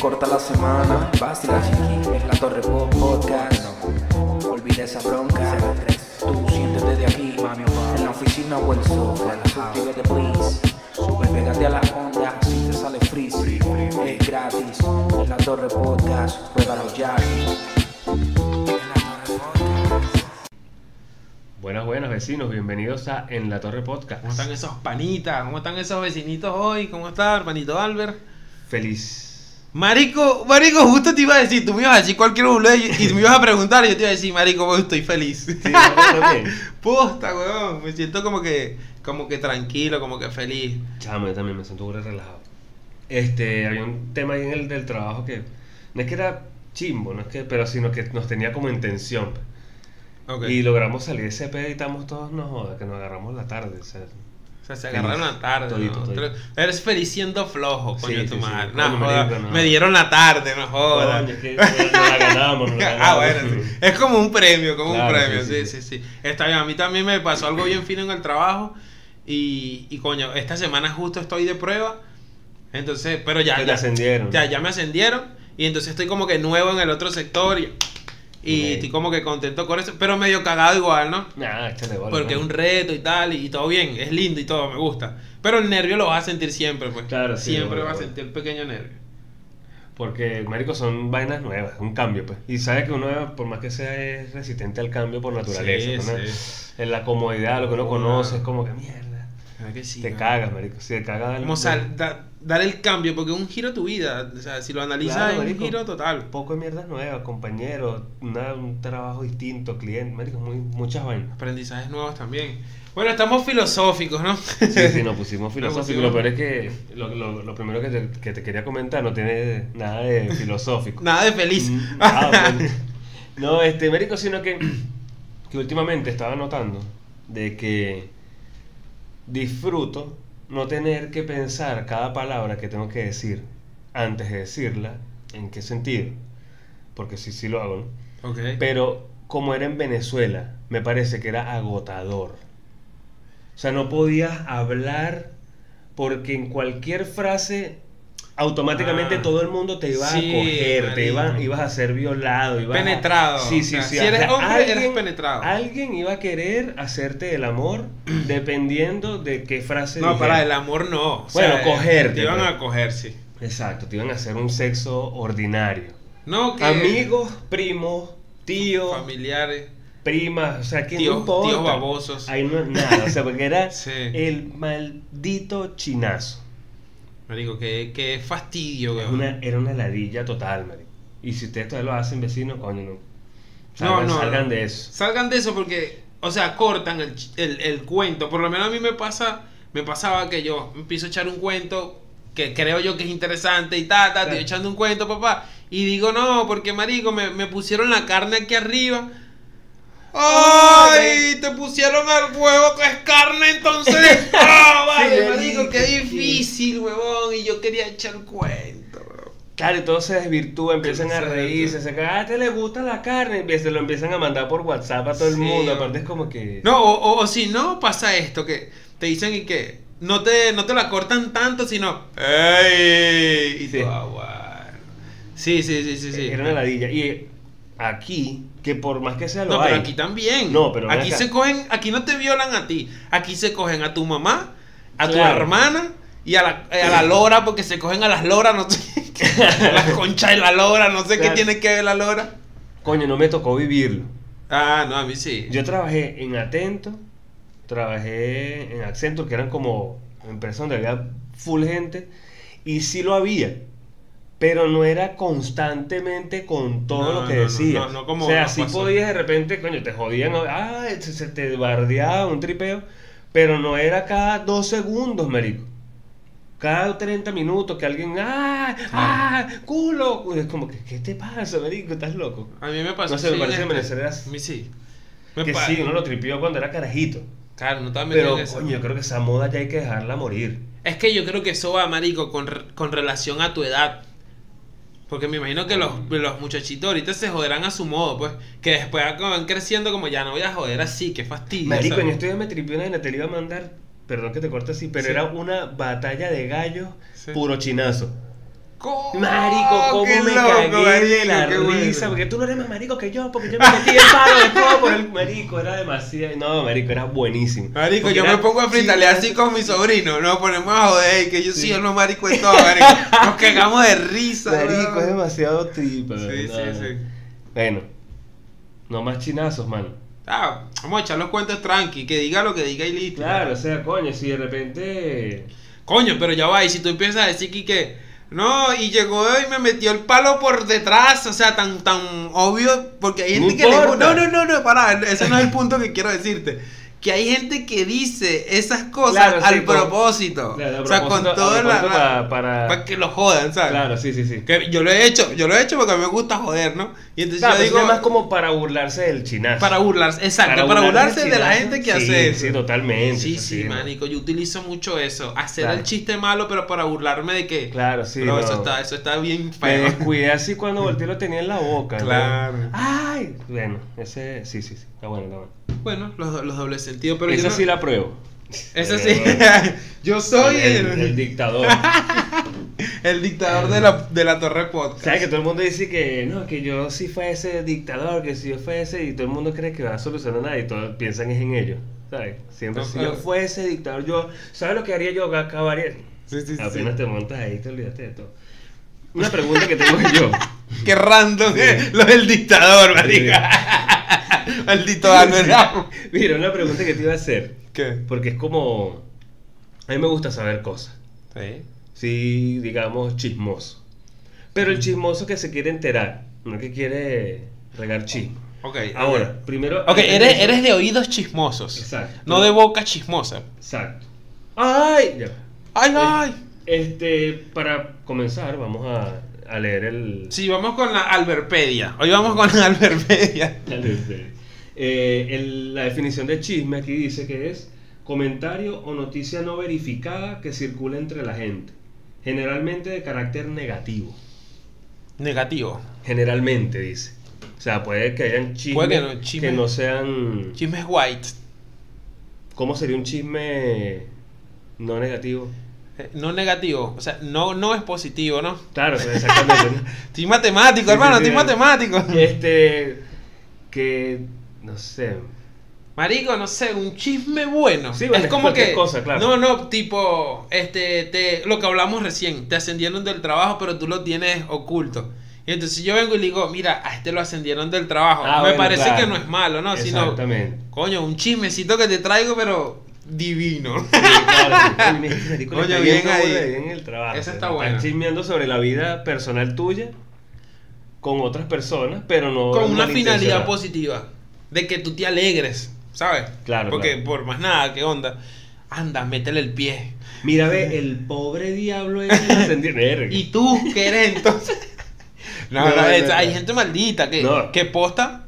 corta la semana. Bastila chiqui, es la torre pop podcast. Olvida esa bronca. Tú siéntete de aquí, mami, en la oficina o el sofá. Suscríbete, please. Sube, pégate a la onda, así te sale free. Es gratis, es la torre podcast. Pruébalo ya. Buenas, buenas vecinos, bienvenidos a En la Torre Podcast. ¿Cómo están esos panitas? ¿Cómo están esos vecinitos hoy? ¿Cómo está, hermanito Albert? Feliz. Marico, marico, justo te iba a decir, tú me ibas a decir cualquier boludo y y me ibas a preguntar y yo te iba a decir, marico, pues, estoy feliz. Posta, weón, me siento como que, como que tranquilo, como que feliz. Chamo, yo también me siento muy relajado. Este, había un tema ahí en el del trabajo que no es que era chimbo, no es que, pero sino que nos tenía como en tensión. Ok. Y logramos salir de ese pedo y estamos todos, no joda, que nos agarramos la tarde. o sea, o sea, se feliz. agarraron la tarde, Todito, ¿no? todito. Eres feliz siendo flojo, coño, Sí, tu sí, sí. madre. Coño, No, joda, marico, no. me dieron la tarde, no joda. coño, es que nos la ganamos, nos la Oh. Ah, ganamos. bueno, sí. es como un premio, como Claro, un premio, sí, sí sí, sí, sí, Está bien, a mí también me pasó algo bien fino en el trabajo y, y coño, esta semana justo estoy de prueba, entonces, pero ya, Te ya, ascendieron. ya, ya me ascendieron y entonces estoy como que nuevo en el otro sector y, y Ok. estoy como que contento con eso, pero medio cagado igual, ¿no? Nah, échale bola. Porque es ¿no? un reto y tal, y, y todo bien, es lindo y todo, me gusta. Pero el nervio lo vas a sentir siempre, pues. Claro, sí, Siempre bueno, vas a bueno. sentir el pequeño nervio. Porque, marico, son vainas nuevas, un cambio, pues. Y sabe que uno, por más que sea, es resistente al cambio por naturaleza. pues, Sí, ¿no? sí. En la comodidad, lo que uno Joda. conoce, es como que mierda. ¿Verdad que sí, te no? cagas, marico. Si te cagas... Como sal- da- dar el cambio, porque es un giro a tu vida. O sea, si lo analizas, Claro, es un marico. giro total. Poco de mierdas nuevas, compañeros, una- un trabajo distinto, cliente, marico, muy, muchas vainas. Aprendizajes nuevos también. Bueno, estamos filosóficos, ¿no? Sí, sí, nos pusimos filosóficos. pusimos- Lo peor es que lo, lo- lo primero que te, que te quería comentar no tiene nada de filosófico. Nada de feliz. Mm, ah, bueno. No, este, marico, sino que, que últimamente estaba notando de que disfruto no tener que pensar cada palabra que tengo que decir antes de decirla, en qué sentido, porque sí, sí lo hago, ¿no? ok. Pero como era en Venezuela, me parece que era agotador. O sea, no podías hablar porque en cualquier frase automáticamente Ah. todo el mundo te iba Sí, a coger, te iba, marico. ibas a ser violado, ibas a- Penetrado. Sí, sí, O sea, sí. si eres O sea, hombre, eres penetrado. Alguien iba a querer hacerte el amor dependiendo de qué frase no, para dijera. el amor no. O Bueno, cogerte, Te iban pues. a coger, sí. Exacto, te iban a hacer un sexo ordinario. No, que. Amigos, primos, tíos, Familiares. primas, o sea, que Tíos- no importa. tíos babosos. Ahí no es nada, o sea, porque era Sí. el maldito chinazo. Marico, que, que fastidio, Es weón. una- era una ladilla total, marico. Y si ustedes todavía lo hacen, vecinos, coño, no. No, Salgan, no. salgan de eso. Salgan de eso porque, o sea, cortan el, ch- el- el cuento. Por lo menos a mí me pasa, me pasaba que yo empiezo a echar un cuento que creo yo que es interesante y ta, ta, estoy Claro. echando un cuento, papá. Y digo, no, porque marico, me, me pusieron la carne aquí arriba. ¡Ay! Te pusieron el huevo que es carne, entonces. ¡Ah, vale, Sí, marico! ¡Qué sí. difícil, huevón! Y yo quería echar cuento, huevón. Claro, y todo se desvirtúa, empiezan a Exacto. reírse, se cagan, ah, te le gusta la carne, y se lo empiezan a mandar por WhatsApp a todo el Sí, mundo. o- Aparte es como que. No, o, o- o si no pasa esto, que te dicen y que no te, no te la cortan tanto, sino. ¡Ey! Y Sí. tú, ah, bueno. Sí, sí, sí, sí. sí. Era una ladilla. Y eh, aquí, que por más que sea lo No, hay. pero aquí también. No, pero ven aquí acá. se cogen, aquí no te violan a ti. Aquí se cogen a tu mamá, a Claro. tu hermana y a la, eh, a la lora, porque se cogen a las loras, no sé. las conchas de la lora, no sé Claro. qué tiene que ver la lora. Coño, no me tocó vivirlo. Ah, no, a mí sí. Yo trabajé en Atento, trabajé en Accenture, que eran como empresas donde había full gente, y sí lo había, pero no era constantemente con todo No, lo que no, no, decía. no, no como o sea, nos sí pasó. podías de repente, coño, te jodían, ah, se, se te bardeaba un tripeo, pero no era cada dos segundos, marico. Cada 30 minutos que alguien, ¡ah! ¡ah! ¡culo! Es como que, ¿qué te pasa, marico? ¿Estás loco? A mí me pasó. No sé, me parece este, merecer as- A mí sí. Me Que pa- sí, uno lo tripió cuando era carajito. Claro, no estaba metido Pero, en eso. coño, yo creo que esa moda ya hay que dejarla morir. Es que yo creo que eso va, marico, con, re- con relación a tu edad. Porque me imagino que los, los muchachitos ahorita se joderán a su modo, pues. Que después ac- van creciendo como ya no voy a joder así, qué fastidio. Marico, en ¿sabes? estos días me tripió una vaina, te la iba a mandar. Perdón que te corte así, pero Sí. era una batalla de gallos Sí. puro chinazo. Co- Marico, cómo qué me loco, cagué de la marico, qué risa, bueno. porque tú no eres más marico que yo, porque yo me metí en paro de todo por el marico, era demasiado, no, marico, era buenísimo. Marico, Porque yo era- me pongo a fritarle así con mi sobrino, nos ponemos a joder, que yo soy el más marico de todo, marico. Nos cagamos de risa, Marico, es weón. demasiado tripa. Sí, sí, sí. Bueno, no más chinazos, mano. Ah, vamos a echar los cuentos tranqui, que diga lo que diga y listo. Claro, o sea, coño, si de repente. Coño, pero ya va, y si tú empiezas a decir que- que no, y llegó y me metió el palo por detrás, o sea, tan tan obvio, porque hay No gente que le importa. No, no, no, no, pará, ese no es el punto que quiero decirte. Que hay gente que dice esas cosas Claro, sí, al con- propósito. Claro, a o sea, con propósito- a toda la. propósito Para, pa- para- que lo jodan, ¿sabes? Claro, sí, sí, sí. Que yo lo he hecho, yo lo he hecho porque a mí me gusta joder, ¿no? Y entonces Claro, yo pero digo. es más como para burlarse del chinazo. Para burlarse, exacto, para, burlarse de la chinazo, gente sí, que hace eso. Sí, totalmente. Sí, eso sí, ¿no? manico, yo utilizo mucho eso. Hacer Claro. el chiste malo, pero para burlarme de que. Claro, sí, Pero no. eso está, eso está bien Me feo. descuidé así cuando volteé lo tenía en la boca. ¿no? Claro. ¡Ay! Bueno, ese. Sí, sí, sí. Está bueno, está bueno. Bueno, los, do- los dobles sentidos, pero Pero esa yo no- sí la pruebo. Esa sí. Eh, yo soy el, el, el dictador. el dictador de la, de la torre podcast. ¿Sabes que todo el mundo dice que no, que yo sí fue ese dictador, que si yo fuese y todo el mundo cree que va a solucionar nada y todos piensan es en ellos? ¿Sabes? Siempre No, si claro. yo fuese dictador, yo, ¿sabes lo que haría yo? Acabaría. Sí, sí, sí, Apenas sí. te montas ahí, te olvidaste de todo. Una pregunta que tengo yo. Qué random. eh, Lo del dictador, marica. Maldito Álvaro. Mira, una pregunta que te iba a hacer, ¿Qué? porque es como. A mí me gusta saber cosas. Sí. sí, digamos, chismoso. Pero Mm. el chismoso que se quiere enterar, no que quiere regar chisme. Ok. Ahora, primero. Eh, Ok, eres, eres de oídos chismosos. Exacto. No de boca chismosa. Exacto. ¡Ay! Ya. ¡Ay, Eh, ay! Este, para comenzar, vamos a, a leer el. Sí, vamos con la Alberpedia. Hoy vamos con la Alberpedia. Eh, el- la definición de chisme aquí dice que es comentario o noticia no verificada que circula entre la gente, generalmente de carácter negativo. Negativo. Generalmente dice. O sea, puede que hayan chismes Puede que que, no, no, chisme- sean. Chismes white. ¿Cómo sería un chisme no negativo? Eh, No negativo. O sea, no, no es positivo, ¿no? Claro, pues, exactamente. ¿no? Estoy matemático, Sí, hermano, sí, estoy sí. matemático. este. Que. No sé. Marico, no sé, un chisme bueno. Sí, bueno, es como cualquier que. cosa, claro. No, no, tipo, este, te, lo que hablamos recién, te ascendieron del trabajo, pero tú lo tienes oculto. Y entonces yo vengo y le digo, mira, a este lo ascendieron del trabajo. Ah, Me bueno, parece claro. que no es malo, ¿no? Sino, Exactamente. coño, un chismecito que te traigo, pero divino. Sí, claro, sí. Oye, mira, marico, le Oye, está bien yendo burda ahí. de bien el trabajo. Esa O sea, está están buena. chismeando sobre la vida personal tuya con otras personas, pero no. con una malintencionada. finalidad positiva de que tú te alegres, ¿sabes? Claro, Porque claro. por más nada, ¿qué onda? Anda, métele el pie. Mira, ve, el pobre diablo es ascendió. Verga. ¿Y tú qué eres entonces? no, No, no, no, es- no. hay gente maldita que, No. que posta.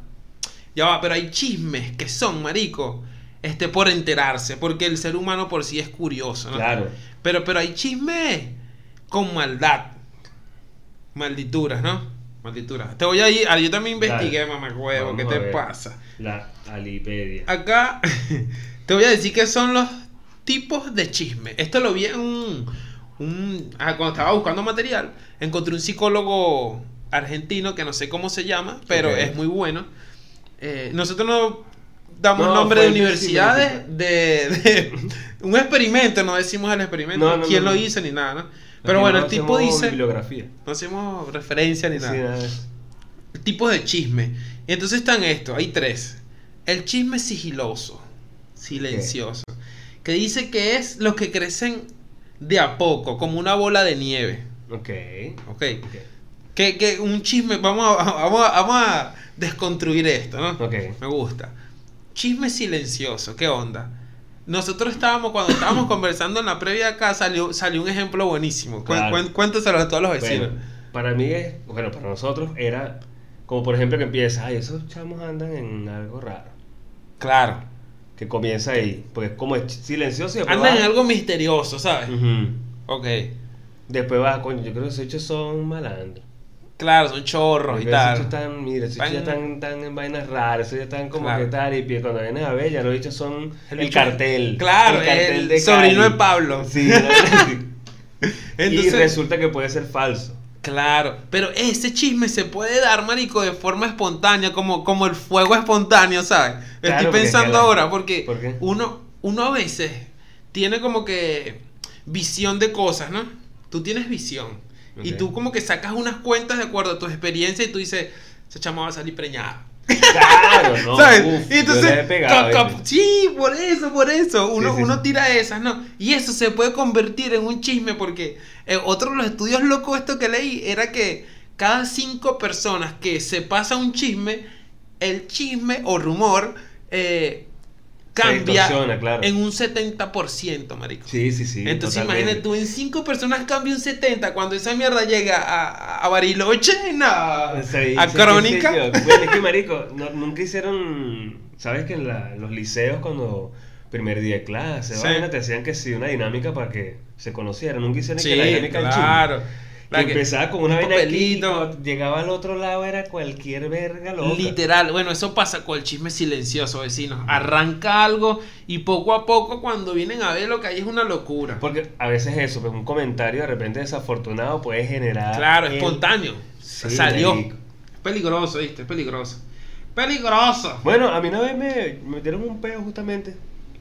Ya va, pero hay chismes que son, marico, este, por enterarse, porque el ser humano por sí es curioso, ¿no? Claro. Pero, pero hay chismes con maldad. Maldituras, ¿no? Maldituras. Te voy a ir, ah, yo también Dale. investigué, mamá huevo, Vamos ¿qué a te ver. pasa? Ah, La Alipedia. Acá te voy a decir que son los tipos de chisme. Esto lo vi en un, un- ah, cuando estaba buscando material, encontré un psicólogo argentino que no sé cómo se llama, pero Ok. es muy bueno. Eh, nosotros no damos No, nombre de fuentes universidades, de, de- un experimento, no decimos el experimento, No, no, quién no, lo no. hizo ni nada, ¿no? Aquí Pero bueno, no el tipo hacemos dice, Bibliografía. no hacemos referencia ni Sí, nada nada de eso. tipos de chisme. Entonces están estos, hay tres. El chisme sigiloso, silencioso, que dice que es los que crecen de a poco, como una bola de nieve. Ok. ¿Ok? Que, que un chisme, vamos a, vamos, a, vamos a desconstruir esto, ¿no? Ok. Me gusta. Chisme silencioso, ¿qué onda? Nosotros estábamos, cuando estábamos conversando en la previa acá, salió, salió un ejemplo buenísimo. Cu- Claro. cu- cuéntaselo a todos los vecinos. Bueno, para mí es, bueno, para nosotros era como por ejemplo que empieza, ay, esos chamos andan en algo raro. Claro. Que comienza ahí, porque es como es ch- silencioso y después Andan va- Mm. en algo misterioso, ¿sabes? Ujú. Ok. Después va, coño, yo creo que esos hechos son malandros. Claro, son chorros y Porque esos hechos tal. están, mira, esos Van- hechos ya están, están en vainas raras, esos ya están como Claro. que tal, y pi- cuando vienes a ver, ya los hechos son el, bicho- cartel. Claro, el cartel el de sobrino Cali. de Pablo. Sí, la verdad, sí. y Entonces, resulta que puede ser falso. Claro, pero ese chisme se puede dar, marico, de forma espontánea, como, como el fuego espontáneo, ¿sabes? Claro, Estoy porque pensando es que la- ahora, porque ¿Por qué? uno, uno a veces tiene como que visión de cosas, ¿no? Tú tienes visión. Y Ok. tú como que sacas unas cuentas de acuerdo a tus experiencias y tú dices, esa chama va a salir preñada. Claro, no. ¿Sabes? uf, y yo entonces, le he pegado, ca- ca- ¿viste? sí, por eso, por eso. Uno, Sí, sí, uno sí. tira esas, ¿no? Y eso se puede convertir en un chisme porque eh, otro de los estudios locos esto que leí era que cada cinco personas que se pasa un chisme, el chisme o rumor eh, Se cambia distorsiona, claro. en un 70%, marico. Sí, sí, sí. Entonces totalmente. imagínate tú, en cinco personas cambia un 70, cuando esa mierda llega a, a Bariloche, no, Sí, a sí, Crónica. qué sé yo. Bueno, es que, marico, no- nunca hicieron... ¿Sabes que en la- los liceos cuando... Primer día de clase, Sí. vaina, te hacían que sí, una dinámica para que se conocieran. Nunca hicieron que Sí, la dinámica del chisme. claro. Que La que- empezaba con una un vaina aquí, papelito. cuando llegaba al otro lado era cualquier verga loca. Literal, bueno, eso pasa con el chisme silencioso, vecinos. Arranca algo y poco a poco cuando vienen a ver lo que hay es una locura. Porque a veces eso, pues un comentario de repente desafortunado puede generar... claro, el- espontáneo. Sí, Salió. marico. Es peligroso, ¿viste? Es peligroso. ¡Peligroso! Bueno, a mí una vez me, me dieron un peo justamente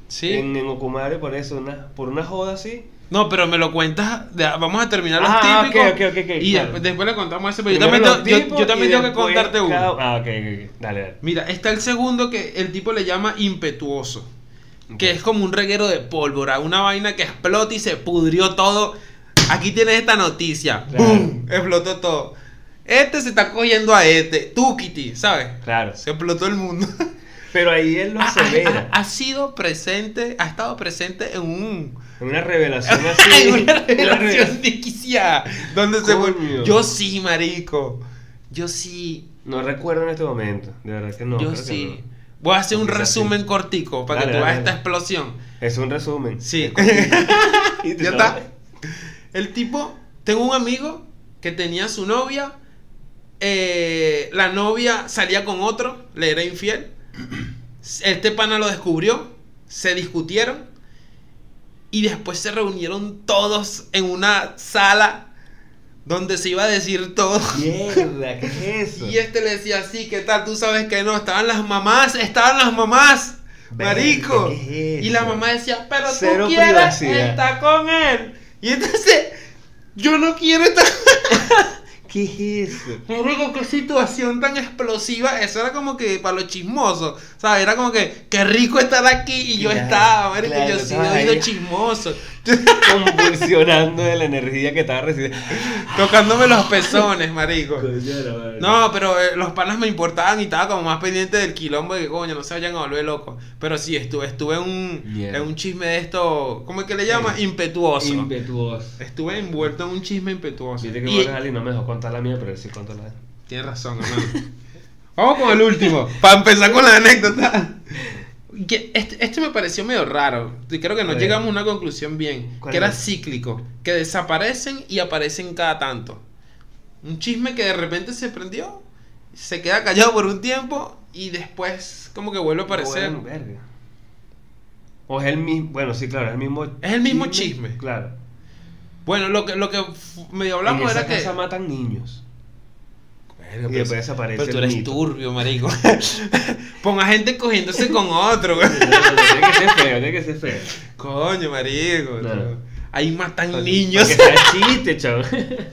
Sí. en, en Ocumare por eso, una, por una joda así. No, pero me lo cuentas. de- Vamos a terminar los Ah, típicos. ok, ok, ok, ok, y claro. después, después le contamos eso. Pero yo también, Primero tengo- los yo- tipos yo también y tengo que después contarte uno. cada- Ah, ok, ok, ok. Dale, dale. Mira, está el segundo que el tipo le llama impetuoso. Que es como un reguero de pólvora, una vaina que explota y se pudrió todo. Aquí tienes esta noticia. Claro. ¡Bum! Explotó todo. Este se está cogiendo a este. Tú, Kitty, ¿sabes? Claro. Se explotó el mundo. Pero ahí él lo Ha, asevera. ha- ha sido presente, ha estado presente en un. En una revelación así. en una una revelación. relación desquiciada. Donde se fue- Coño. Yo sí, marico. Yo sí. No recuerdo en este momento. De verdad que no. yo creo que sí. no. Voy a hacer un Quizás resumen sí. cortico para que Dale, tú veas dale, esta dale. explosión. Es un resumen. Sí. Y te ya lo- está. El tipo, tengo un amigo que tenía su novia, eh, la novia salía con otro, le era infiel. Este pana lo descubrió, se discutieron y después se reunieron todos en una sala donde se iba a decir todo. Mierda, ¿qué es eso? Y este le decía así, ¿qué tal? Tú sabes que no, estaban las mamás, estaban las mamás, Verga, marico. ¿qué es y la eso? mamá decía, pero Cero tú quieres privacidad. estar con él. Y entonces, yo no quiero estar ¿Qué es eso? Marico, qué situación tan explosiva. Eso era como que para los chismosos. ¿Sabes? Era como que, qué rico estar aquí. Y yo Claro, estaba, marico, claro, yo sí estabas he oído ahí. chismoso. Convulsionando de la energía que estaba recibiendo. Tocándome los pezones, marico. Coño, la madre. No, pero eh, los panas me importaban y estaba como más pendiente del quilombo de que coño, no se vayan a volver locos. Pero sí, estuve, estuve en un, Bien. en un chisme de esto, ¿cómo es que le llama? Impetuoso. Impetuoso. estuve envuelto en un chisme impetuoso. Viste que Y- bueno, Ali no me dejó contar la mía, pero él sí contó la de él. Tienes razón, hermano. Vamos con el último, para empezar con la anécdota. Que Este, este me pareció medio raro. y Creo que no A ver. llegamos a una conclusión bien. ¿Cuál Que era es? cíclico. Que desaparecen y aparecen cada tanto. Un chisme que de repente se prendió, se queda callado por un tiempo y después como que vuelve a aparecer. Bueno, verga. O es el mismo. Bueno, sí, claro, es el mismo. Es el mismo chisme. Claro. Bueno, lo que, lo que fu- medio en hablamos esa era que... casa matan niños. Verga, Y pero- después desaparece Pero tú el eres mito. turbio, marico. Ponga gente cogiéndose con otro, güey. No, no, no, tiene que ser feo, tiene que ser feo. Coño, marico. Claro. Ahí matan Para- niños. para Que sea chiste, chaval.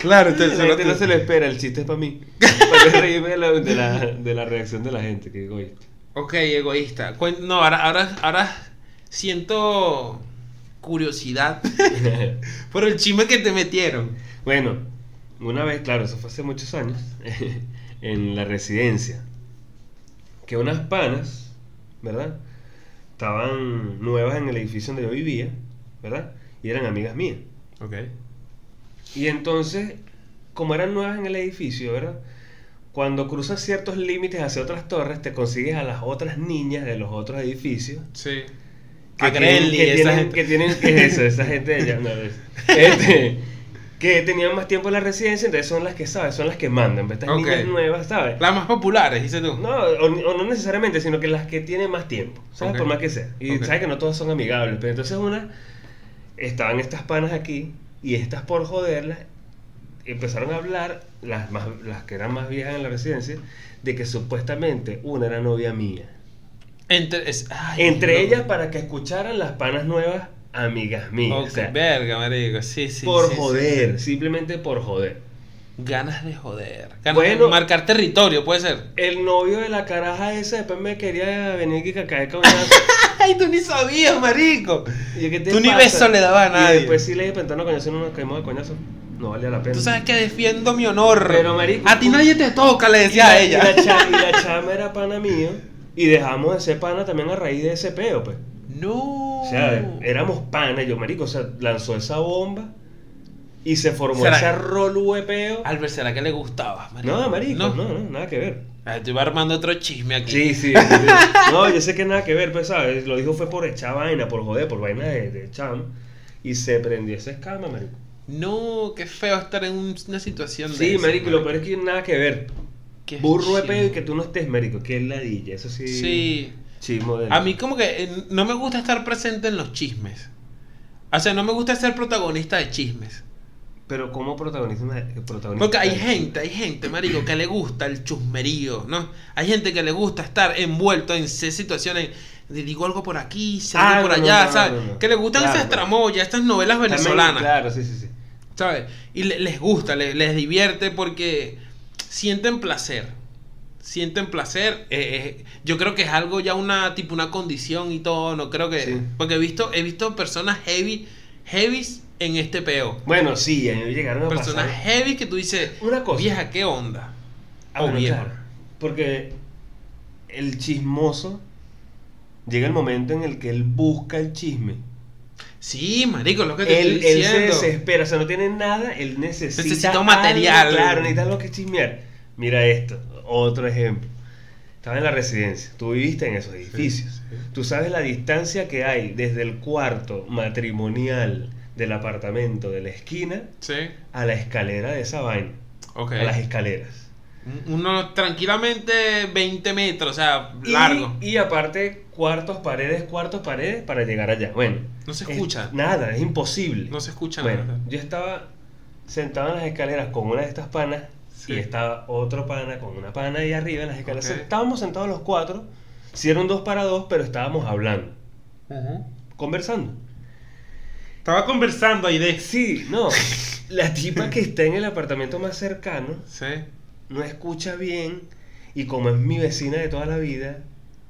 Claro, La gente no se lo espera, el chiste es para mí. Para reírme de la, de la, de la reacción de la gente, que digo "Oye, Ok, egoísta. Cuen- No, ahora, ahora, ahora siento curiosidad por el chisme que te metieron. Bueno, una vez, claro, eso fue hace muchos años, en la residencia, que unas panas, ¿verdad? Estaban nuevas en el edificio donde yo vivía, ¿verdad? Y eran amigas mías. Ok. Y entonces, como eran nuevas en el edificio, ¿verdad? Cuando cruzas ciertos límites hacia otras torres, te consigues a las otras niñas de los otros edificios Sí. que A tienen, Grelly, que esa tienen, gente. que tienen- que eso, esa gente ya, no, es- este, que tenían más tiempo en la residencia, entonces son las que sabes, son las que mandan, pero estas Ok. niñas nuevas, ¿sabes? Las más populares, dices tú. No, o, ni- o no necesariamente, sino que las que tienen más tiempo, ¿sabes? Ok. Por más que sea. Y Ok. pues, sabes que no todas son amigables, pero entonces una, estaban estas panas aquí, Y estas por joderlas empezaron a hablar, las, más, las que eran más viejas en la residencia, de que supuestamente una era novia mía. Entre, es- ay, Entre no. ellas para que escucharan las panas nuevas amigas mías. Ok, O sea, verga, marico. Sí, sí. por sí, sí. joder, simplemente por joder. Ganas de joder. Ganas Bueno. de marcar territorio, puede ser. El novio de la caraja esa después me quería venir que caer con una... Ay, tú ni sabías, marico. Y yo, ¿qué te Tú ni beso le dabas a nadie. Y después sí le dije, "Pentano, coño, si no nos caímos de coñazo. No valía la pena. Tú sabes que defiendo mi honor. Pero, marico, a ti tú- nadie te toca, le Y la- decía a Y la, ella. cha- y la chama era pana mío. Y dejamos de ser pana también a raíz de ese peo, pues. No. O Oh. sea, eh, éramos pana, yo, marico, o sea, lanzó esa bomba y se formó ¿Será? ese rolo de peo. Albert, ¿será que le gustaba, marico? No, marico, no. no, nada que ver. Ah, Estoy armando otro chisme aquí. Sí, sí, sí. No, yo sé que nada que ver, pero sabes, lo dijo fue por echar vaina, por joder, por vaina de, de cham. Y se prendió esa escama, marico. No, qué feo estar en un- una situación de Sí, esas, marico, lo peor es que nada que ver. Qué Burro de chimbo. pedo y que tú no estés, marico, que es ladilla, eso sí. Sí. Chismo de. A mí como que eh, no me gusta estar presente en los chismes. O sea, no me gusta ser protagonista de chismes. Pero como protagonista. protagonista Porque hay gente, hay gente, marico, que le gusta el chusmerío, ¿no? Hay gente que le gusta estar envuelto en se- situaciones de digo algo por aquí, salgo Ah, no, por no, allá, no, ¿sabes? no, no. Que le gustan Claro, esas claro. tramoyas, estas novelas También, venezolanas, Claro, sí, sí, sí. ¿sabes? Y le- les gusta, le- les, divierte porque sienten placer. Sienten placer, eh, eh, yo creo que es algo ya una tipo una condición y todo, no creo que Sí. porque he visto he visto personas heavy heavies en este peo. Bueno, sí, a mí me llegaron a Personas pasar. heavy que tú dices, Una cosa. vieja, ¿qué onda? Ah, o bueno, viejo. claro, porque el chismoso llega el momento en el que él busca el chisme. Sí, marico, es lo que te Él, estoy él se diciendo. desespera, o sea, no tiene nada, él necesita. Necesita algo, material. claro, necesita algo que chismear. Mira esto, otro ejemplo. Estaba en la residencia, tú viviste en esos edificios. Tú sabes la distancia que hay desde el cuarto matrimonial del apartamento de la esquina Sí, a la escalera de esa vaina. ok. a las escaleras. Un- Uno tranquilamente 20 metros, o sea, largo. Y, y aparte, cuartos, paredes, cuartos, paredes para llegar allá. Bueno. No se es- escucha. nada, es imposible. No se escucha bueno, nada. Yo estaba sentado en las escaleras con una de estas panas Sí. y estaba otro pana con una pana ahí arriba en las escaleras. Ok. Estábamos sentados los cuatro, si eran dos para dos, pero estábamos hablando, Ujú. conversando. Estaba conversando ahí de... Sí, no. La tipa que está en el apartamento más cercano Sí. no escucha bien y como es mi vecina de toda la vida,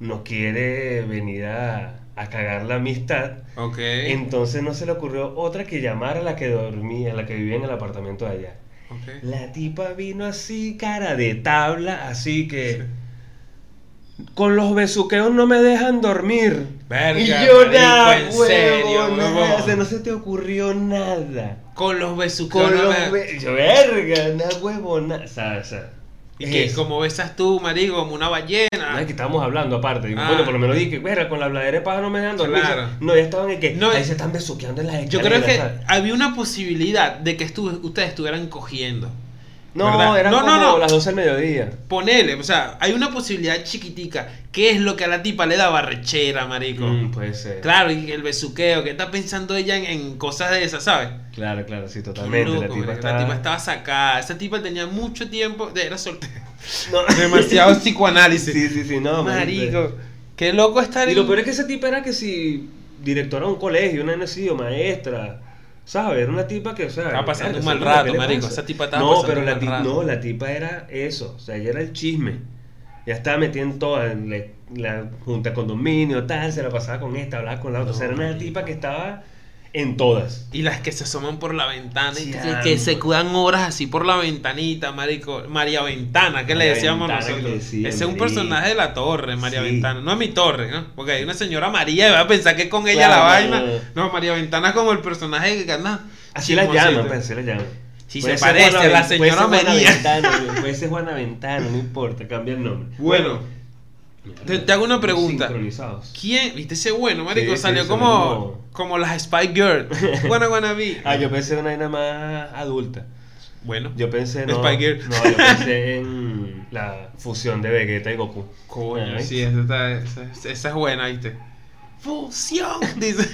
no quiere venir a, a cagar la amistad. Ok. Entonces no se le ocurrió otra que llamar a la que dormía, a la que vivía en el apartamento de allá. ok. La tipa vino así, cara de tabla, así que... Con los besuqueos no me dejan dormir. Verga, y yo marico, nada, en serio, huevo, nada, huevón. o sea, no se te ocurrió nada. Con los besucos. Con ¿no? los be- yo, verga, una huevona. O sea, o sea, Y es que eso. como besas tú, marico, como una No es ballena. que estábamos hablando aparte. Digo, Ah. Bueno, por lo menos dije, verga, con la bladera de paja no me dejan dormir. Claro. No, ya estaban en que. No, ahí es- se están besuqueando en las Yo escaleras. creo que ¿sabes? había una posibilidad de que estu- ustedes estuvieran cogiendo. No, ¿verdad? eran No, no, como no. las 12 del mediodía. Ponele, o sea, hay una posibilidad chiquitica. ¿Qué es lo que a la tipa le daba rechera, marico? Mm, puede ser. Claro, y el besuqueo, que está pensando ella en, en cosas de esas, ¿sabes? claro, claro, sí, Qué totalmente. loco, la tipa marico, está... la tipa estaba sacada. Esa tipa tenía mucho tiempo. de- Era soltera. No. Demasiado psicoanálisis. sí, sí, sí, no, marico. Qué loco estar Y en- lo peor es que esa tipa era que si directora de un colegio, una NCO, maestra, ¿sabes? Era una tipa que, o sea. Estaba pasando verga, un mal esa tipa, rato, ¿qué le marico, pasa? esa tipa estaba no, pasando pero un la mal tipa, rato. No, la tipa era eso. O sea, ella era el chisme. Ya estaba metiendo toda en la, la junta de condominio, tal, se la pasaba con esta, hablaba con la otra. No, o sea, era una marico. tipa que estaba en todas. Y las que se asoman por la ventana y Sí, que, que se amo. cuidan horas así por la ventanita, marico. María Ventana, que le María decíamos Ventana, que nosotros. le decían, Ese es un marico. personaje de la torre, María Sí. Ventana. No es mi torre, ¿no? Porque hay una señora María y va a pensar que es con ella Claro, la no, vaina. no, no. No, María Ventana es como el personaje que anda. Así la llaman, chismosito. pues, así la llaman. Sí, Puede se ser parece Juana a la Ven- puede ser señora Juana María. Ventana, güey, Puede ser Juana Ventana, no importa, cambia el nombre. Bueno, te- te hago una pregunta. Sincronizados. ¿Quién? ¿Viste ese bueno, marico? Sí, sí, Salió salió como, como- como las Spy Girls. Bueno, bueno, vi. Ah, yo pensé en una vaina más adulta. Bueno, Yo pensé no, Spy Girl. no, yo pensé en la fusión de Vegeta y Goku. ¿eh? Coño, Ay. sí, esa, está- esa- esa es buena, ¿viste? ¡Fusión! Dice.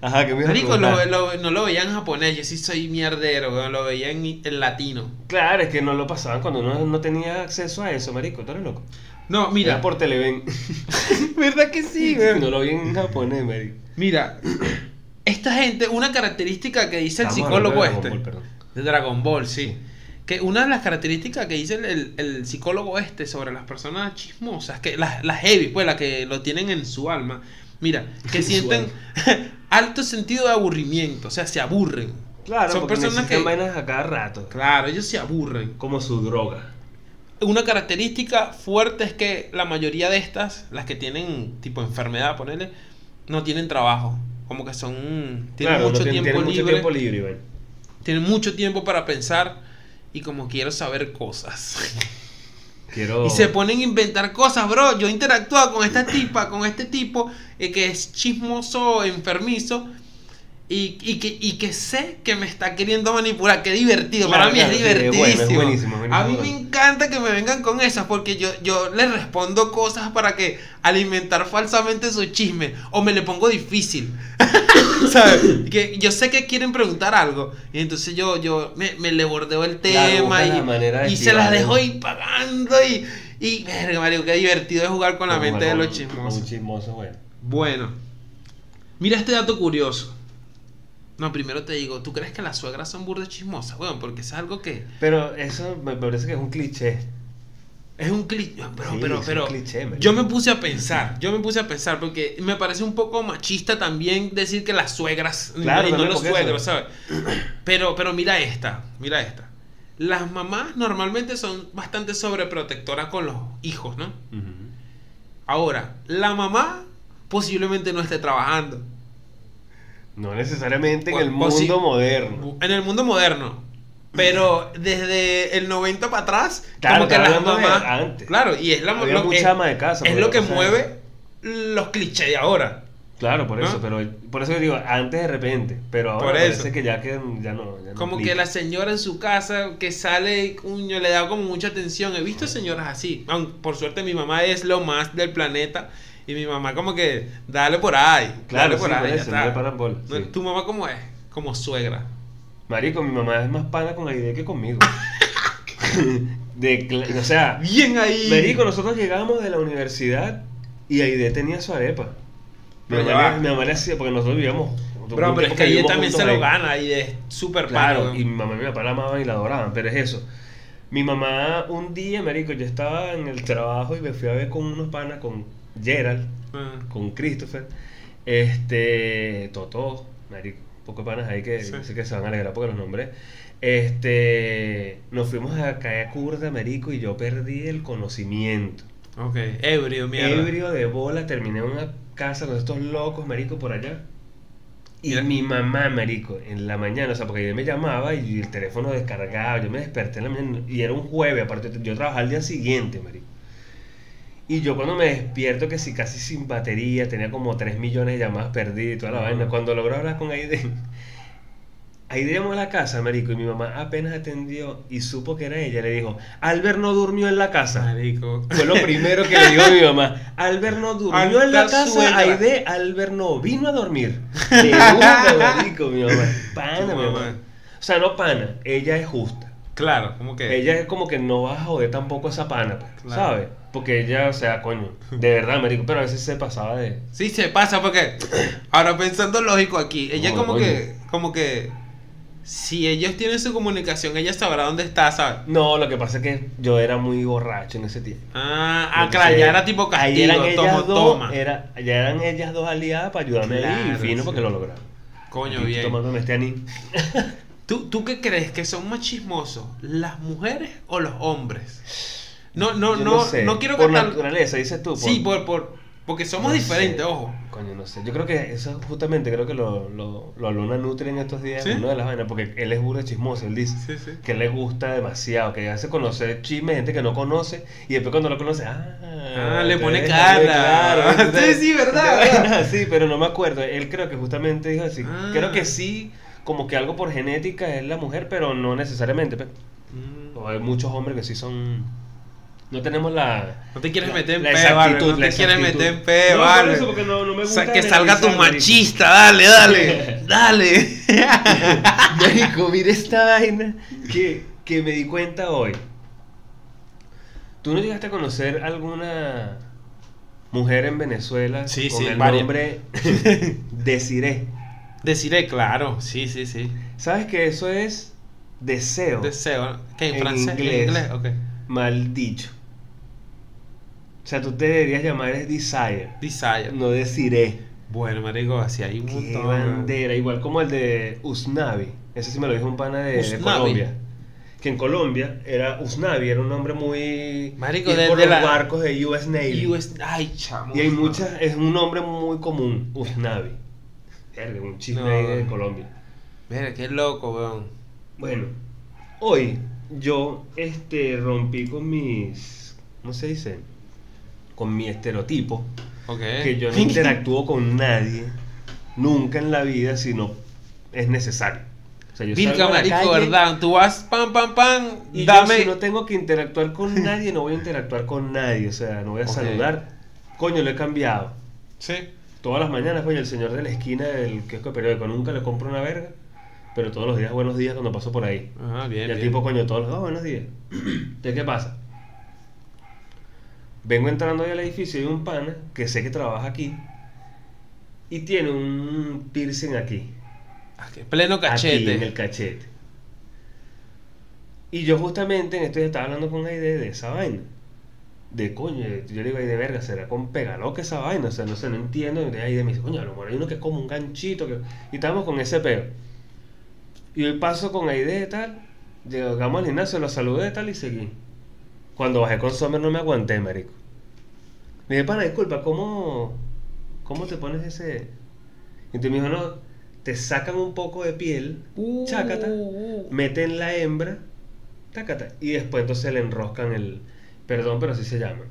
Ajá, que pues, me ibas a Marico, lo- preguntar? lo- no lo veía en japonés, yo sí soy mierdero, weón, lo veía en, en latino. Claro, es que no lo pasaban cuando uno no tenía acceso a eso, marico. Tú eres loco. No, mira, Era por Televen. ¿verdad que sí, weón? no lo vi en japonés, marico. Mira, esta gente, una característica que dice el Estamos psicólogo hablando de este, Dragon Ball, perdón. de Dragon Ball, sí, que una de las características que dice el, el- el psicólogo este sobre las personas chismosas, que las, las heavy, pues las que lo tienen en su alma, mira, que En su sienten alto sentido de aburrimiento, o sea, se aburren. Claro, Son porque personas necesitan que- vainas a cada rato. Claro, ellos se aburren. Como su droga. Una característica fuerte es que la mayoría de estas, las que tienen tipo enfermedad, ponele, no tienen trabajo. Como que son. Tienen Claro, no mucho, tienen- tiempo, tienen libre, mucho tiempo libre, güey. Tienen mucho tiempo para pensar y como quiero saber cosas. Quiero... Y se ponen a inventar cosas, bro. Yo interactuaba con esta tipa, con este tipo eh, que es chismoso, enfermizo. Y, y que, y que sé que me está queriendo manipular, qué divertido, Claro, para mí claro, sí, es es bueno, es divertidísimo. buenísimo, buenísimo, a mí me bueno. encanta que me vengan con esas, porque yo, yo le respondo cosas para que alimentar falsamente su chisme, o me le pongo difícil. ¿Sabes? Que yo sé que quieren preguntar algo, y entonces yo, yo me, me le bordeo el Claro, tema busca y, la manera de y se esquivar, las dejo ¿no? ir pagando y, y verga, marico, qué divertido es jugar con la Como mente de algo- Un los chismosos. chismoso, güey. Bueno, mira este dato curioso. No, primero te digo, ¿tú crees que las suegras son burdas chismosas? Bueno, porque es algo que Pero eso me parece que es un cliché. es un cliché. Pero, Sí, pero, es un pero, cliché, marico. yo me puse a pensar, yo me puse a pensar, porque me parece un poco machista también decir que las suegras Claro, y no también los porque eso- suegros, ¿sabes? Pero, pero mira esta, mira esta. Las mamás normalmente son bastante sobreprotectoras con los hijos, ¿no? Ahora, la mamá posiblemente no esté trabajando. No necesariamente en el Bueno, pues sí. mundo moderno. En el mundo moderno. Pero desde el 90 para atrás, Claro, como que estaba las hablando de mamás. antes. Claro, y es la Había lo- mucha es- ama de casa, Es pero, lo que o sea, mueve los clichés de ahora. Claro, por eso, ¿No? pero por eso digo, antes de repente, pero ahora Por eso. parece que ya que ya no, ya no Como aplica. que la señora en su casa que sale, y, coño, le da como mucha atención. He visto señoras así. Aun- Por suerte mi mamá es lo más del planeta. Y mi mamá como que, dale por ahí. Claro, dale por sí, ahí. por ya eso, no está. le paran bola, No, sí. ¿Tu mamá cómo es? Como suegra. Marico, mi mamá es más pana con la idea que conmigo. de, cla- o sea, Bien ahí. Marico, nosotros llegamos de la universidad y Aide tenía su arepa. Mi Pero ya mamá, va. le- mi mamá le hacía, porque nosotros vivíamos. Bro, un pero es tiempo que ella vivimos pues, también se juntos lo ahí. gana y es súper Claro, paro. y mi mamá y mi papá la amaban y la adoraban, pero es eso. Mi mamá, un día, Marico, yo estaba en el trabajo y me fui a ver con unos panas, con Gerald, Ah, con Christopher, este, Totó, Marico, poco panas ahí que, Sí. yo sé que se van a alegrar porque los nombré. Este, nos fuimos a Calle Curda, Marico, y yo perdí el conocimiento. ok, ebrio, mierda. Ebrio de bola, terminé en una casa con estos locos, marico, por allá. Y Mira. mi mamá, marico, en la mañana, o sea, porque yo me llamaba y el teléfono descargado, yo me desperté en la mañana y era un jueves, aparte yo trabajaba al día siguiente, marico. Y yo cuando me despierto, que si casi sin batería, tenía como 3 millones de llamadas perdidas y toda la vaina, cuando logré hablar con Aide, Aide llamó a la casa, marico, y mi mamá apenas atendió y supo que era ella, le dijo, Albert no durmió en la casa. Marico. Fue lo primero que le dijo a mi mamá. Albert no durmió en la Alta casa. suegra. Aide, Albert no vino a dormir. De una, marico, mi mamá. Tu Pana, mi mamá. mamá. O sea, no pana. Ella es justa. Claro, como que. Ella es como que no va a joder tampoco a esa pana, pues, Claro. ¿sabes? Porque ella, o sea, coño. De verdad, marico. Pero a veces se pasaba de... Sí, se pasa porque. Ahora pensando lógico aquí, ella No, como coño. que. Como que. Si ellos tienen su comunicación, ella sabrá dónde está, ¿sabes? No, lo que pasa es que yo era muy borracho en ese tiempo. Ah, ah, Entonces, claro, ya era tipo ahí castigo, eran ellas tomo, dos, toma. Era, ya eran ellas dos aliadas para ayudarme ahí. Claro, Y fino sí. porque lo lograron. Coño, Aquí bien. Tomándome este anís. ¿Tú, ¿Tú qué crees que son más chismosos? ¿Las mujeres o los hombres? No, no, Yo no, no, sé, quiero que Por tal- naturaleza, dices tú. Sí, por, por, porque somos No sé. diferentes, ojo. Coño, no sé. Yo creo que eso justamente, creo que lo, lo, lo alumna Nutri en estos días, ¿Sí? una de las vainas, porque él es burro chismoso, él dice Sí, sí. que le gusta demasiado, que hace conocer chisme, gente que no conoce, y después cuando lo conoce, ah, Ah, le te pone ves, cara. claro, Sí, sí, ¿verdad? Te ves, Sí, pero no me acuerdo. Él creo que justamente dijo así. Ah. Creo que sí, como que algo por genética es la mujer, pero no necesariamente. pues. Mm. O Hay muchos hombres que sí son No tenemos la. No te quieres la- meter en la peo, vale. exactitud, No la te quieres exactitud. meter en peo, No, vale. por eso, porque no, no me O gusta. sea, que salga tu analizar, marico. machista, dale, dale, dale. Marico, mira esta vaina que, que me di cuenta hoy. ¿Tú no llegaste a conocer alguna mujer en Venezuela Sí, con sí, el varias. nombre Desiré? Deciré, claro, sí, sí, sí. ¿Sabes que eso es deseo? Deseo, ¿qué? ¿En, En francés? inglés. ¿En inglés? Ok. mal dicho. O sea, tú te deberías llamar es desire, Desire. no desiré. Bueno, marico, así hay un Qué montón. bandera, igual como el de Usnavi. Ese sí me lo dijo un pana de, de Usnavi. Colombia. Que en Colombia era Usnavi, era un nombre muy. Marico, ir de- por de los la- barcos de US Navy. Y US- Ay, chamo. Y hay muchas, es un nombre muy común, Usnavi. Verga, un chisme No. ahí de Colombia. Mira, qué loco, weón. Bueno, hoy yo este, rompí con mis. ¿Cómo se dice? Con mi estereotipo. Ok. que yo no interactúo con nadie nunca en la vida si no es necesario. O sea, yo salgo Virga, a la marico, calle ¿verdad? Tú vas pam, pam, pam. Y dame. yo, si no tengo que interactuar con nadie, no voy a interactuar con nadie. O sea, no voy a Ok. saludar. Coño, lo he cambiado. Sí. Todas las mañanas, coño, el señor de la esquina del kiosco de periódico nunca le compro una verga. Pero todos los días, buenos días cuando paso por ahí. Ajá, y bien. el bien. tipo, coño, todos los días, buenos días. ¿De qué pasa? Vengo entrando yo al edificio y hay un pana que sé que trabaja aquí y tiene un piercing aquí. Aquí, Pleno Aquí cachete. en el cachete. Y yo justamente en esto ya estaba hablando con Aide de esa vaina. De coño, yo le digo Aide, verga, será con pegaloca esa vaina. O sea, no sé, no entiendo. Y Aide me dice, coño, a lo mejor hay uno que es como un ganchito. Que... Y estábamos con ese peo. Y hoy paso con Aide y tal. Llegamos al gimnasio, lo saludé y tal y seguí. Cuando bajé con Sommer no me aguanté, marico. Me dije, pana, disculpa, ¿cómo, cómo te pones ese...? Y entonces me dijo, no, te sacan un poco de piel, Uh, chácata, uh, uh. meten la hembra, tácata, y después entonces le enroscan el... Perdón, pero así se llama.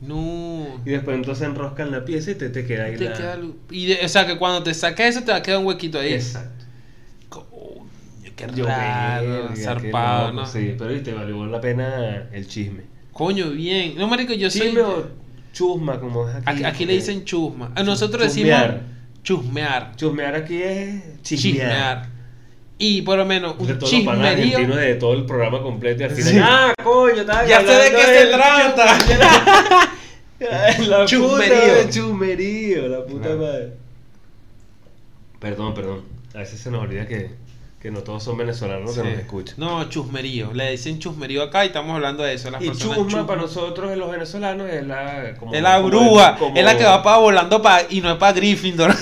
No. Y después entonces enroscan la pieza y te, te queda ahí Te la... queda algo- y de- o sea, que cuando te saques eso te va a quedar un huequito ahí. Exacto. Coño, qué Yo, verga, raro, qué zarpado, loco, ¿no? Sí, pero viste, valió la pena el chisme. Coño, bien. No, marico, yo soy... Chisme o chusma, como es aquí. Aquí, aquí le porque dicen chusma. A nosotros Chusmear. decimos chusmear. Chusmear aquí es chismear. Chismear. Y por lo menos De un todos los panas chismerío. argentinos de todo el programa completo y al final. Sí. ¡Ah, coño! estaba Ya sé de hablando qué se trata". la Chusmerío. Puta, chumerío, la puta Claro. madre. Perdón, perdón. A veces se nos olvida que, que no todos son venezolanos Sí. que nos escuchan. No, chusmerío. Le dicen chusmerío acá y estamos hablando de eso. Las Y personas chusma chusman. para nosotros, los venezolanos, es la. Como, Es la como- grúa. como- Es la que va para volando pa, y no es para Gryffindor.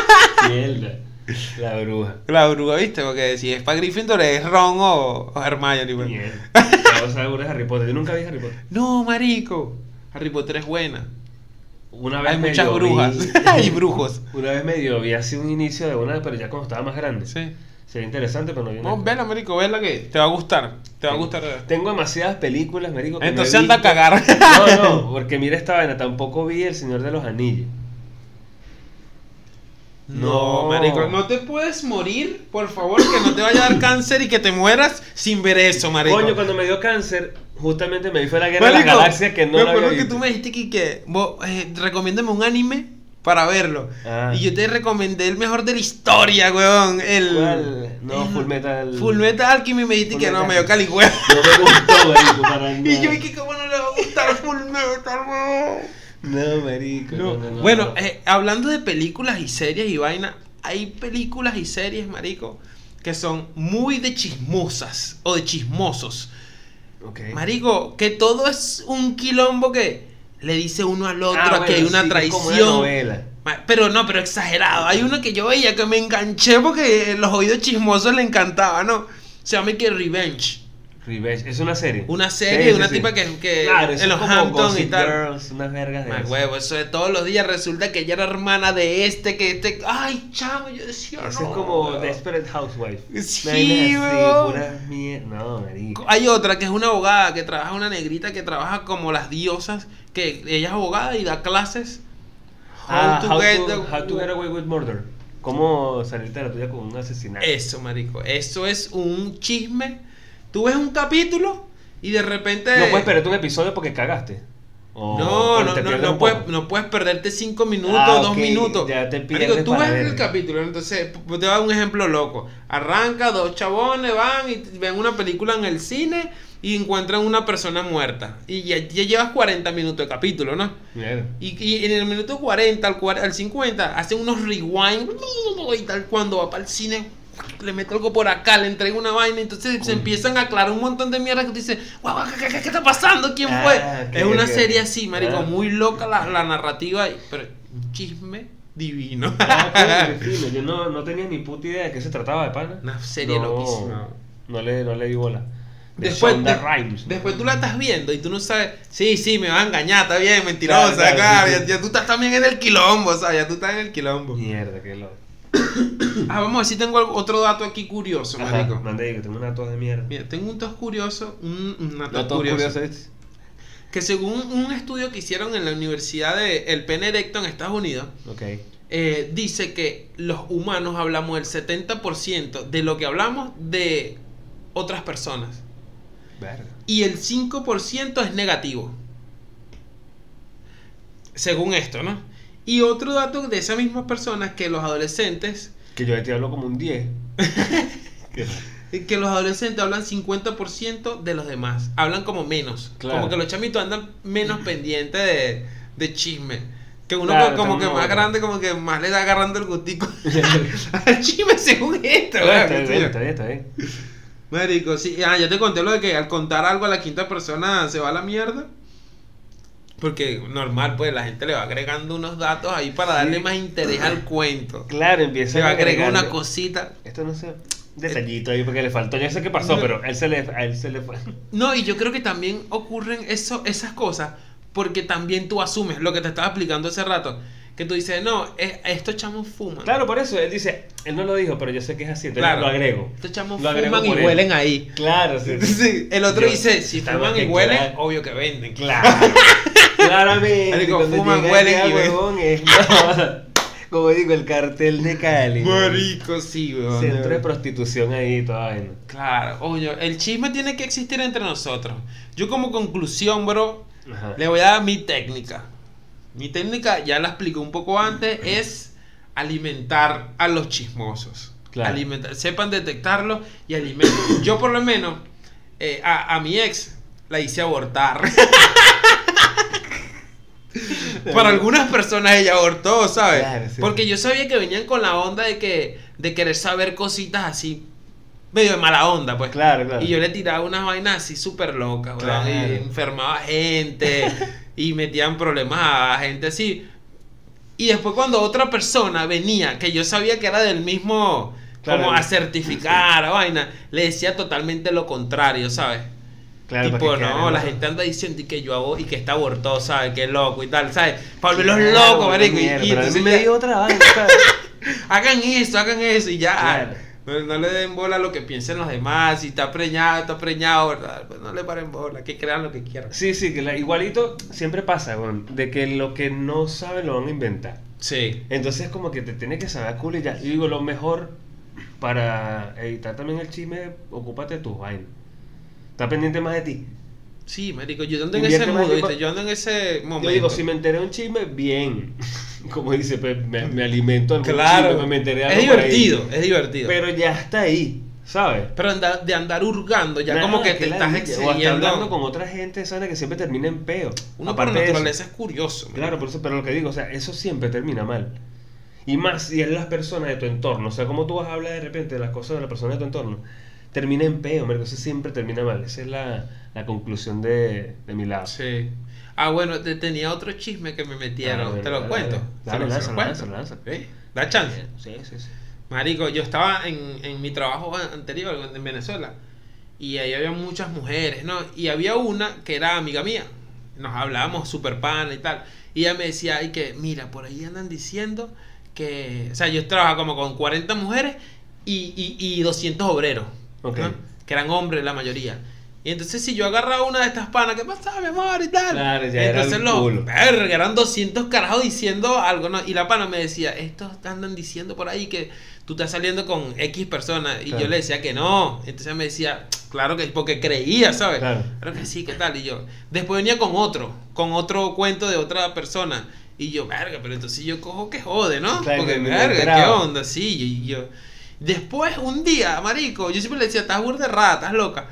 Mierda. La bruja. la grúa, ¿viste? Porque si es para Gryffindor es Ron o, o Hermione. pues. Mierda. La cosa dura es Harry Potter. Yo nunca vi Harry Potter. No, marico. Harry Potter es buena. Una vez Hay muchas medio brujas vi- y brujos. Una vez medio vi así un inicio de una, pero ya cuando estaba más grande. Sí. Sería interesante, pero no vi una. No, vela, marico, vela que te va a gustar. Te va a gustar. Tengo demasiadas películas, marico. que no he Entonces anda a visto. cagar. No, no, porque mira esta vaina. Tampoco vi El Señor de los Anillos. No, No. marico, no te puedes morir, por favor, que no te vaya a dar cáncer y que te mueras sin ver eso, marico. Coño, cuando me dio cáncer, justamente me vi fue la guerra de Marico, las galaxias que no me la acuerdo había que visto. tú me dijiste que, que vos, eh, recomiéndame un anime para verlo. Ah. Y yo te recomendé el mejor de la historia, weón. El, ¿Cuál? No, el- Full Metal. Full Metal Alchemy me dijiste Full que no, Metal. me dio cali, weón. No me gustó, marico, para nada. Y yo, ¿y que cómo no le va a gustar Full Metal, weón? No, marico. No, no, no, no, bueno, no. eh, hablando de películas y series y vaina, hay películas y series, marico, que son muy de chismosas o de chismosos. Ok. Marico, que todo es un quilombo que le dice uno al otro Ah, que hay bueno, una sí, que es como una traición. novela. Ma- Pero no, pero exagerado. Hay una que yo veía que me enganché porque los oídos chismosos le encantaba, ¿no? Se llama que Revenge. Revenge. Es una serie. Una serie, Sí, sí, una sí. tipa que, que Claro, eso en los es como Hamptons y Gossip tal. Girls, unas vergas de Ma esas. huevo, eso de todos los días resulta que ella era hermana de este, que este. Ay, chamo, yo decía. Eso no, es como huevo". Desperate Housewife. Sí, Una vaina huevón. así, puras mier- No, marico. Hay otra que es una abogada que trabaja, una negrita que trabaja como las diosas, que ella es abogada y da clases. Ah, how, to, the- how to get away with murder. ¿Cómo salirte de la tuya con Este- un asesinato? Eso, marico. Eso es un chisme. Tú ves un capítulo Y de repente. No puedes perderte un episodio porque cagaste. O- No, o no, te no, pierdes no un puedes, poco. no puedes perderte cinco minutos, Ah, dos ok, minutos. ya te Marico, pierdes tú para ves ver. el capítulo, ¿no? entonces p- te voy a dar un ejemplo loco. Arranca, dos chabones van y t- ven una película en el cine y encuentran una persona muerta. Y ya, ya llevas 40 minutos de capítulo, ¿no? Mierda. Y, y en el minuto 40 al, cuar- al 50 hacen unos rewind y tal cuando va para el cine le meto algo por acá, le entrego una vaina, entonces se empiezan a aclarar un montón de mierda que tú dices, "Guau, guau, ¿qué, qué- qué está pasando? ¿Quién Ah, fue? ok, es una ok, serie ok. así, marico, Ah. muy loca la, la narrativa, y- pero un chisme divino. Ah, ok, fino. Yo no, no tenía ni puta idea de qué se trataba de pana. una serie loquísima. No le, no le di bola. De Después, Shonda de- Rhimes. después tú la estás viendo y tú no sabes, sí, sí, me va a engañar, está bien, mentirosa, Claro, claro, claro, sí, ya- sí. Ya, tú estás también en el quilombo, o sea, ya tú estás en el quilombo. Mierda, qué loco. Ah, vamos a ver si tengo algo- otro dato aquí curioso, Ajá, marico. Manda ahí, que tengo una tos de mierda. Mira, tengo un tos curioso, un, un dato Una tos curioso, curiosa, ¿viste? Que según un estudio que hicieron en la Universidad de El Penn Erecto en Estados Unidos, Ok. eh, dice que los humanos hablamos el 70% de lo que hablamos de otras personas. Verga. Y el 5% es negativo. Según esto, ¿no? Y otro dato de esas mismas personas que los adolescentes Que yo de ti hablo como un 10. Que- Es Que los adolescentes hablan 50% de los demás. Hablan como menos. Claro. Como que los chamitos andan menos pendientes de, de chisme. Que uno Claro, co- como que estamos más locos. grande, como que más le da agarrando el gustico al chisme según esto. está weón, bien, tío. está bien, está bien. Marico, sí. Ah, ya te conté lo de que al contar algo a la quinta persona se va a la mierda. Porque normal, pues la gente le va agregando unos datos ahí para darle más interés al cuento. Claro, empieza Se va a agregar agregando. una Eh, cosita. Esto no sé. Detallito ahí porque le faltó. Yo sé qué pasó, pero a él se le, a él se le fue. No, y yo creo que también ocurren eso, esas cosas porque también tú asumes lo que te estaba explicando hace rato. Que tú dices, no, es- estos chamos fuman. Claro, por eso él dice, él no lo dijo, pero yo sé que es así, entonces Claro. lo agrego. Estos chamos Lo agrego fuman y por él. huelen ahí. Claro, sí. Sí, el otro Yo- dice, si Claro, fuman y que huelen, claro. obvio que venden. Claro. Claramente. Marico, cuando fuman, llega huelen allá, y ven. huevón, es- Como digo, el cartel de Cali. Marico, sí, weón. Centro de prostitución ahí, toda vaina. Claro, oye, el chisme tiene que existir entre nosotros. Yo como conclusión, bro, Ajá. Le voy a dar mi técnica. Mi técnica, ya la expliqué un poco antes, es alimentar a los chismosos. Claro. Alimentar- sepan detectarlo y alimenten. Yo por lo menos eh, a, a mi ex la hice abortar. Para algunas personas ella abortó, ¿sabes? Claro, sí. Porque yo sabía que venían con la onda de que de querer saber cositas así, medio de mala onda, pues. Claro, claro. Y yo le tiraba unas vainas así súper locas, weón, Claro. Y enfermaba gente. y metían problemas a gente así. Y después cuando otra persona venía, que yo sabía que era del mismo, Claro. como a certificar, a vaina, le decía totalmente lo contrario, ¿sabes? Claro, para tipo, que quede, no, la gente anda diciendo y que yo hago y que está abortó, ¿sabes? Que loco y tal, ¿sabes? Para Claro, volverlos locos, marico. Y, mierda, pero a y mí entonces me ya, dio otra vaina. o sea, hagan esto, hagan eso y ya. Claro. No, no le den bola a lo que piensen los demás. Si está preñado, está preñado, ¿verdad? Pues no le paren bola, que crean lo que quieran. Sí, sí, que la- igualito siempre pasa, weón, de que lo que no sabe lo van a inventar. Sí. Entonces como que te tiene que saber culo y ya. Y digo, lo mejor para evitar también el chisme, ocúpate de tus vainas. Está pendiente más de ti. Sí, marico, yo ando en Invierte ese más mood, tiempo- ¿viste? yo ando en ese momento. Yo digo, si me enteré de un chisme, bien. Como dice, pues, me, me alimento algún claro, chisme, me enteré de es algo por ahí. divertido, es divertido. Pero, Pero ya está ahí, ¿sabes? andar- de andar hurgando, ya Nada, como que te la estás ladilla. O hasta hablando excediendo. con otra gente, ¿sabes? Que siempre termina en peo. Uno por Aparte de eso. naturaleza es curioso. marico. Claro, por eso, pero lo que digo, o sea, eso siempre termina mal. Y más si es las personas de tu entorno. O sea, como tú vas a hablar de repente de las cosas de la persona de tu entorno, termina en peo, marico. Eso siempre termina mal. Esa es la, la conclusión de, de mi lado. Sí. Ah, bueno, te tenía otro chisme que me metieron. Ah, bueno, te lo dale, cuento. dale. Se Dale, lo- se lánzalo, lo cuento. lánzalo, lánzalo. Eh, ¿Sí? Da chance. Sí, sí, sí. Marico, yo estaba en, en mi trabajo an- anterior en Venezuela y ahí había muchas mujeres, ¿no? Y había una que era amiga mía. Nos hablábamos super pana y tal. Y ella me decía, ay, que mira, por ahí andan diciendo que. O sea, yo trabajaba como con 40 mujeres y, y, y 200 obreros. Ok. ¿no? Que eran hombres la mayoría. Y entonces, si yo agarraba una de estas panas, ¿qué pasa, mi amor? Y tal. Claro, ya era entonces, el los- culo. Verga, eran 200 carajos diciendo algo, ¿no? Y la pana me decía, estos andan diciendo por ahí que tú estás saliendo con X personas. Y Claro. yo le decía que no. Entonces ella me decía, Claro que porque creía, ¿sabes? Claro. Claro. que sí, ¿qué tal? Y yo. Después venía con otro, con otro cuento de otra persona. Y yo, verga, pero entonces yo cojo que jode, ¿no? Claro, porque, que me verga, ¿qué entraba. onda? Sí, y yo. Después, un día, marico, yo siempre le decía, estás burda de rata, estás loca.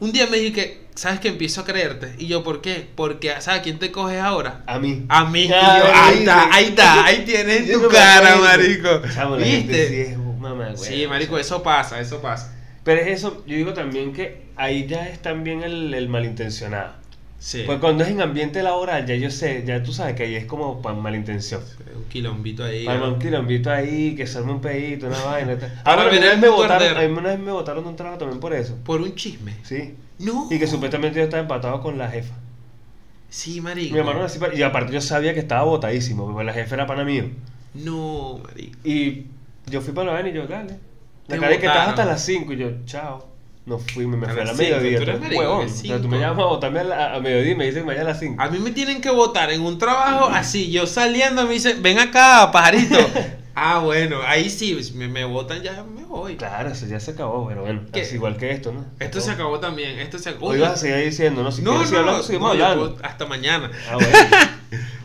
Un día me dije que, ¿sabes que Empiezo a creerte. Y yo, ¿por qué? Porque, ¿sabes quién te coges ahora? A mí. A mí, y yo, Claro, ahí ¿viste? está, ahí está, ahí tienes Yo tu no me cara, acuerdo. marico. Chamo, la gente sí ¿Viste? es mamá, Sí, marico, eso pasa, eso pasa. Pero es eso, yo digo también que ahí ya es también el, el malintencionado. Sí. Pues cuando es en ambiente laboral, ya yo sé, ya tú sabes que ahí es como para malintención. Un quilombito ahí. Para ¿no? un quilombito ahí, que salme un pedito, una vaina. tal. Ah, Ahora bueno, a mí una vez verás me tu botaron, guardero. a mí una vez me botaron de un trabajo también por eso. Por un chisme. Sí. No. Y que supuestamente yo estaba empatado con la jefa. Sí, marico. Mi hermano así, y aparte yo sabía que estaba botadísimo, porque la jefa era pana mío. No, marico. Y yo fui para la vaina y yo, dale. La Te cara de que estás botaron. hasta las 5 y yo, chao. No fui, me, me A fui a la las cinco, mediodía. tú eres tú, marico, huevón. que O sea, tú cinco. Ah. me llamas a botarme a, la- a mediodía y me dicen que vaya a las 5. A mí me tienen que votar en un trabajo así. Yo saliendo me dicen, ven acá, pajarito. ah, bueno, ahí sí, pues, me, me votan, ya me voy. Claro, eso ya se acabó, pero bueno, ¿Qué? es igual que esto, ¿no? Esto se acabó también. Esto se acabó. Hoy vas a seguir diciendo, no, si no, no, quieres seguir hablando, seguimos no, yo hablando. puedo- hasta mañana. Ah, bueno.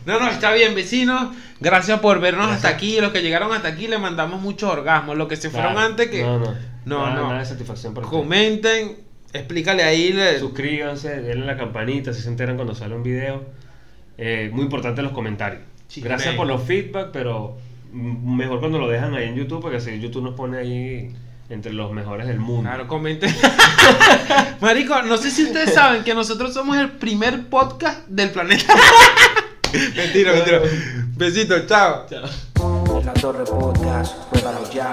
No, no, está bien, vecinos. Gracias por vernos Gracias. hasta aquí. Los que llegaron hasta aquí le mandamos muchos orgasmos. Los que se fueron Claro. antes que No, no. No, Nada- no. Nada de satisfacción para ustedes. comenten, explícale ahí. le- Suscríbanse, denle la campanita si se enteran cuando sale un video. Eh, muy importante los comentarios. Chisme. Gracias por los feedback, pero mm, mejor cuando lo dejan ahí en YouTube, porque así YouTube nos pone ahí entre los mejores del mundo. Claro, comenten. Marico, no sé si ustedes saben que nosotros somos el primer podcast del planeta. mentira, mentira. Besitos, chao. La Torre Podcast, pruébalo ya.